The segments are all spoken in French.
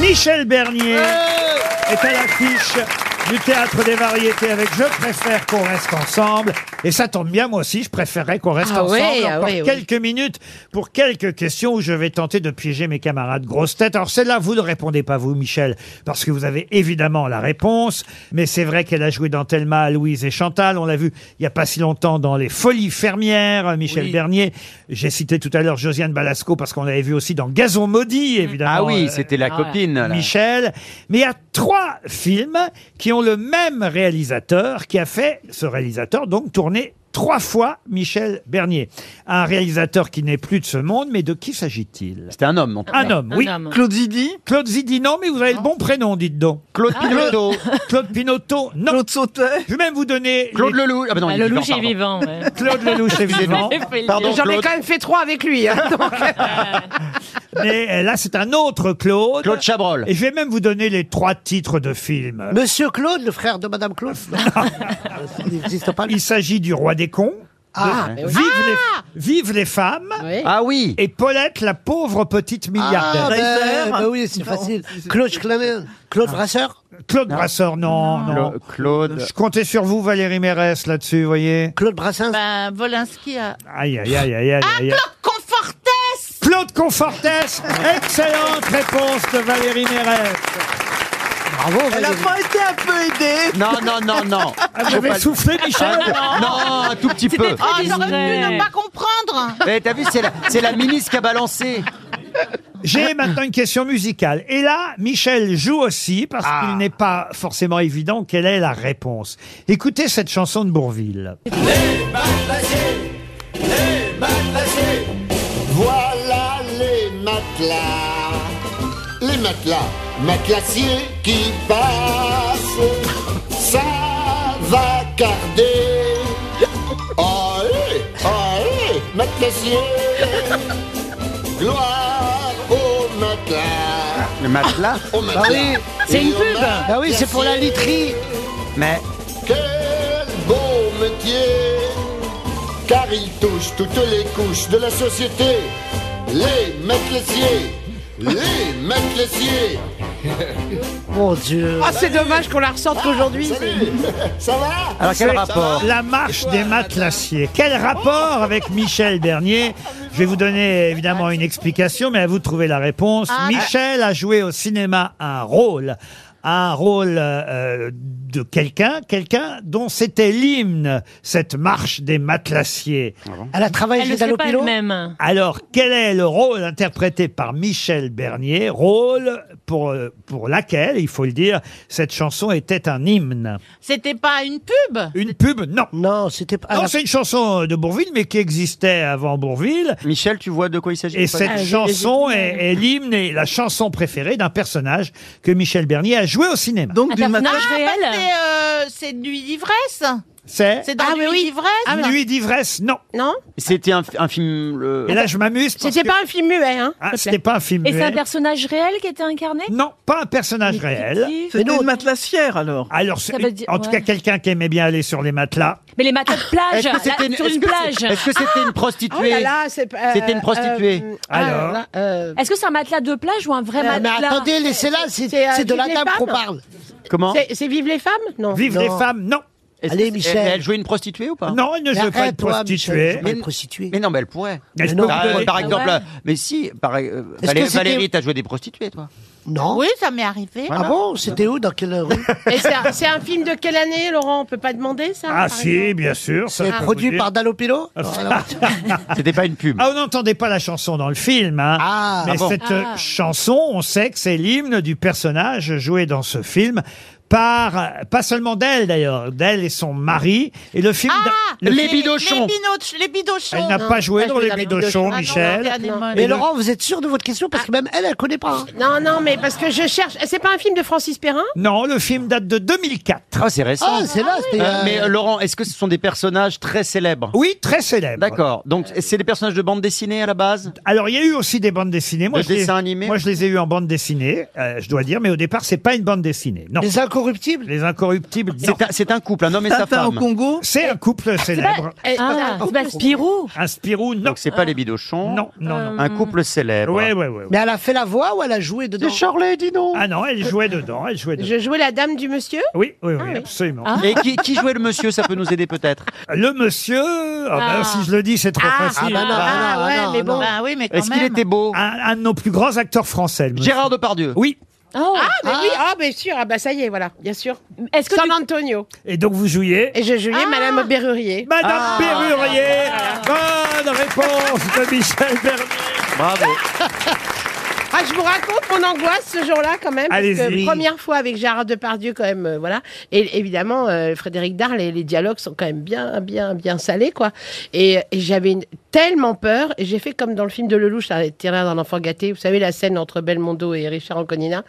Michel Bernier est à l'affiche du Théâtre des Variétés avec Je préfère qu'on reste ensemble. Et ça tombe bien, moi aussi, je préférerais qu'on reste Ah ensemble ouais, ah encore ouais, oui. quelques minutes pour quelques questions où je vais tenter de piéger mes camarades grosses têtes. Alors celle-là, vous ne répondez pas, vous, Michel, parce que vous avez évidemment la réponse. Mais c'est vrai qu'elle a joué dans Thelma, Louise et Chantal. On l'a vu il n'y a pas si longtemps dans Les Folies Fermières, euh, Michel Oui. Bernier. J'ai cité tout à l'heure Josiane Balasco parce qu'on l'avait vu aussi dans Gazon Maudit, évidemment. Ah oui, euh, c'était la ah ouais. copine. là. Michel. Mais il y a trois films qui ont le même réalisateur, qui a fait ce réalisateur donc tourner trois fois Michel Bernier. Un réalisateur qui n'est plus de ce monde, mais de qui s'agit-il C'était un homme, non Un homme, Un oui. homme. Claude Zidi, Claude Zidi, non, mais vous avez le bon prénom, dites donc. Claude Pinoteau. Claude Pinotto, non. Claude Sautet. Je vais même vous donner... Claude les- Lelouch. Ah, bah non, Ah, il est le vivant, loup est vivant. pardon. ouais. Claude Lelouch, évidemment. J'ai fait le Pardon, lien. J'en ai Claude. quand même fait trois avec lui. hein, donc. Mais euh, là, c'est un autre Claude. Claude Chabrol. Et je vais même vous donner les trois titres de films. Monsieur Claude, le frère de Madame Claude. Il n'existe pas. Il hein. s'agit du Roi des cons. Ah, de Vive, les, Vive les femmes. Oui. Ah oui. et Paulette, la pauvre petite Ah, milliardaire. ben, Dreyfus. ben oui, c'est facile. Claude Clamen, Claude Brasseur, Claude Brasseur, non, non. Cla- Claude. euh, Je comptais sur vous, Valérie Mérès, là-dessus, vous voyez. Claude Brassens. Bah, Volinsky a. Aïe, aïe, aïe, aïe, aïe, Ah, aïe. Confortesse Claude Confortès, excellente réponse de Valérie Mérès. Bravo, Elle a Valérie. pas été un peu aidée. Non, non, non, non. Ah, Ah, vous avez soufflé, Michel Non, un tout petit peu. Ah, j'aurais pu ne pas comprendre Eh, T'as vu, c'est la, c'est la ministre qui a balancé. J'ai maintenant une question musicale. Et là, Michel joue aussi, parce qu'il n'est pas forcément évident quelle est la réponse. Écoutez cette chanson de Bourville. Voilà les matelas, les matelas, matelassiers qui passent. Ça va carder. Allez, allez, matelassiers. Gloire au matelas. Le matelas. Au matelas. Bah oui, c'est une pub. Bah oui, c'est pour la literie. Mais Quel beau métier Car il touche toutes les couches de la société. Les maîtressiers Les maîtressiers Mon Dieu. Ah, c'est dommage qu'on la ressente qu'aujourd'hui. Salut Ça va alors quel rapport La marche des matelassiers. Quel rapport avec Michel Bernier Je vais vous donner évidemment une explication, mais à vous de trouver la réponse. Ah. Michel a joué au cinéma un rôle, un rôle euh, de quelqu'un, quelqu'un dont c'était l'hymne, cette marche des matelassiers. Elle a travaillé Elle ne chez sait pas Dalopilo. elle-même. Alors, quel est le rôle interprété par Michel Bernier Rôle pour, euh, pour laquelle, il faut le dire, cette chanson était un hymne. C'était pas une pub Une pub Non. Non, c'était pas. Non, elle a- c'est une chanson de Bourville, mais qui existait avant Bourville. Michel, tu vois de quoi il s'agit Et ou pas cette Ah, j'ai- chanson est, est l'hymne et la chanson préférée d'un personnage que Michel Bernier a joué au cinéma. Donc d'une Non, matelas. bah, réel. c'est, euh, c'est Nuit d'ivresse C'est C'est dans Ah, Nuit mais oui. d'ivresse Nuit d'ivresse, non. Non C'était un, un film. le- Et là, je m'amuse. parce C'était que- pas un film muet, hein Ah, c'était pas un film. Et c'est muet. un personnage réel qui était incarné Non, pas un personnage réel. Fictif. C'était une matelassière alors. Alors, c'est- Ça veut dire- en tout cas, ouais. quelqu'un qui aimait bien aller sur les matelas. Mais les matelas de plage, Est-ce que là, c'était une, sur est-ce une que plage. c'est- est-ce que c'était une prostituée Oh c'était C'était une prostituée. euh, Alors Est-ce que c'est un matelas de plage ou un Euh, vrai Mais matelas attendez, laissez-la, c'est C'est, euh, c'est de la Vive les dame qu'on femmes. parle. Comment C'est, c'est Vive les femmes Non. Vive les Non. femmes, non. Est-ce Allez, que- Michel. Elle, elle jouait une prostituée ou pas Non, elle ne joue pas Arrête, une toi, Michel, prostituée. je vais me prostituer. Mais non, mais elle pourrait. Mais je peux Mais non. vous Par, donner- par Ah exemple, ouais. mais si, par- euh, que Valé- c'était- Valérie, t'as joué des prostituées, toi Non. Oui, ça m'est arrivé. Ah bon C'était où Dans quelle rue Et c'est, un- c'est un film de quelle année, Laurent On peut pas demander ça Ah par si, exemple bien sûr. ça, C'est je peux vous produit dire. par Dalopilo Non, alors- C'était pas une pub. Ah, on n'entendait pas la chanson dans le film, hein. Ah, mais bon. cette euh, Ah. chanson, on sait que c'est l'hymne du personnage joué dans ce film par, euh, pas seulement d'elle d'ailleurs, d'elle et son mari. Et le film. Ah le Les film- Les, bidochons. binoch- les bidochons elle n'a non, pas joué pas dans joué Les dans Les Bidochons, Bidochons. Ah non, Michel. regardez, Non. moi, Mais le- Laurent, vous êtes sûr de votre question Parce que même elle, elle connaît pas. hein. Non, non, mais parce que je cherche. C'est pas un film de Francis Perrin Non, le film date de 2004. Ah, c'est récent. Ah, c'est là, c'était. Euh, euh, mais euh, Laurent, est-ce que ce sont des personnages très célèbres Oui, très célèbre. D'accord. Donc, c'est des personnages de bande dessinée à la base Alors, il y a eu aussi des bandes dessinées. Moi, Le je les- dessin animé Moi, je les ai eues en bande dessinée, euh, je dois dire, mais au départ, c'est pas une bande dessinée. Non. Les incorruptibles Les Incorruptibles. non. C'est un- C'est un, couple, un homme et sa Tintin au femme. Congo C'est un couple célèbre. Eh, Ah, c'est oh. pas Spirou. Un Spirou, non. Donc c'est pas les bidochons. Non, non, non. Un couple célèbre. Ouais, ouais, ouais. ouais. Mais elle a fait la voix ou elle a joué dedans Charlet, dis donc. Ah non, elle jouait dedans, elle jouait dedans. Je jouais la dame du monsieur Oui, oui, oui, oui. absolument. Ah. Et qui, qui jouait le monsieur Ça peut nous aider peut-être. Le monsieur, ah ben, Ah. si je le dis, c'est trop Ah, facile. bah non, Ah, bah non, ouais, non, mais bon. non. Bah oui, mais quand Est-ce qu'il même. était beau un, un de nos plus grands acteurs français. le monsieur. Gérard Depardieu. Ah. Oui, Oh. Ah, mais oui, ah, bien sûr, ah bah ça y est, voilà, bien sûr. Est-ce que San tu- Ah. Antonio. et donc vous jouiez Et je jouais Madame Berrurier. Madame Berrurier. Bonne réponse de Michel Bernier. Bravo. Ah, je vous raconte mon angoisse ce jour-là quand même. parce Allez-y. que Première fois avec Gérard Depardieu quand même, euh, voilà. Et évidemment, euh, Frédéric Dard, les, les dialogues sont quand même bien, bien, bien salés, quoi. Et, et j'avais une- tellement peur. Et j'ai fait comme dans le film de Lelouch, là, Tireur d'un enfant gâté. Vous savez la scène entre Belmondo et Richard Anconina.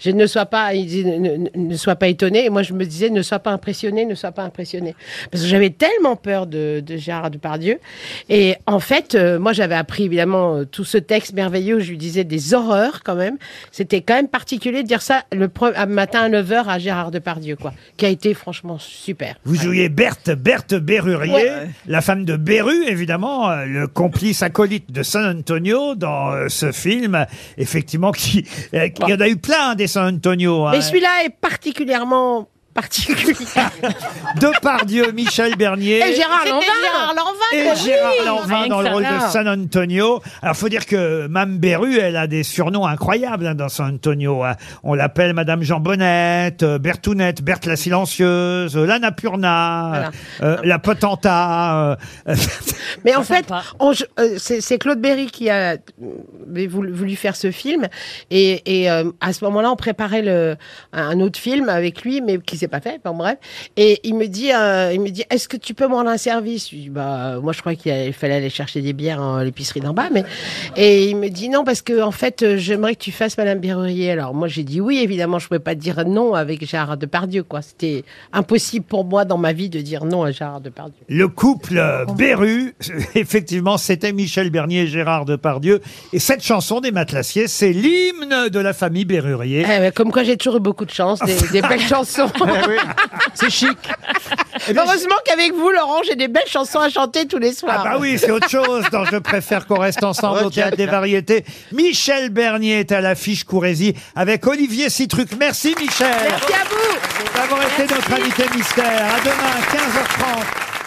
Je ne sois pas, il dit, ne, ne- ne sois pas étonné. Et moi, je me disais, ne sois pas impressionné, ne sois pas impressionné, parce que j'avais tellement peur de, de Gérard Depardieu. Et en fait, euh, moi, j'avais appris évidemment euh, tout ce texte merveilleux où je lui disais des horreurs quand même. C'était quand même particulier de dire ça le pre- à matin à 9h à Gérard Depardieu, quoi. Qui a été franchement super. Vous jouiez Berthe, Berthe Berrurier, la femme de Berru, évidemment, euh, le complice acolyte de San Antonio dans euh, ce film, euh, effectivement, qui, euh, qui- il y en a eu plein hein, des San Antonio. hein. Mais celui-là est particulièrement particulier. Depardieu, Michel Bernier. Et Gérard C'était Lanvin. Gérard Lanvin. et quoi. Gérard Lanvin rien dans que le ça, rôle de là. San Antonio. Alors, faut dire que Mme Berru, elle a des surnoms incroyables hein, dans San Antonio. hein. On l'appelle Madame Jambonnette, euh, Bertounette, Berthe la Silencieuse, euh, la Napurna, euh, euh, la Potenta. euh, Mais en fait, sympa. on- je- euh, c'est c'est Claude Berry qui a euh, voulu, voulu faire ce film. Et, et, euh, à ce moment-là, on préparait le, un autre film avec lui, mais qui s'est pas fait. Enfin bref. Et il me dit, euh, il me dit, est-ce que tu peux me rendre un service Je lui dis, bah, euh, moi, je crois qu'il allait- fallait aller chercher des bières à l'épicerie d'en bas. Mais et il me dit non parce que en fait, euh, j'aimerais que tu fasses Madame Berrurier. Alors moi, j'ai dit oui, évidemment, je pouvais pas dire non avec Gérard Depardieu. Quoi, c'était impossible pour moi dans ma vie de dire non à Gérard Depardieu. Le couple euh, Berru, effectivement, c'était Michel Bernier et Gérard Depardieu. Et cette chanson des Matelassiers, c'est l'hymne de la famille Berrurier. Eh ben, comme quoi j'ai toujours eu beaucoup de chance, des, des belles chansons. C'est chic. Heureusement qu'avec vous, Laurent, j'ai des belles chansons à chanter tous les soirs. Ah bah oui, c'est autre chose dont je préfère qu'on reste ensemble au théâtre des variétés. Michel Bernier est à l'affiche Courésie avec Olivier Citruc. Merci Michel Merci à vous. d'avoir été notre invité mystère. À demain, 15h30.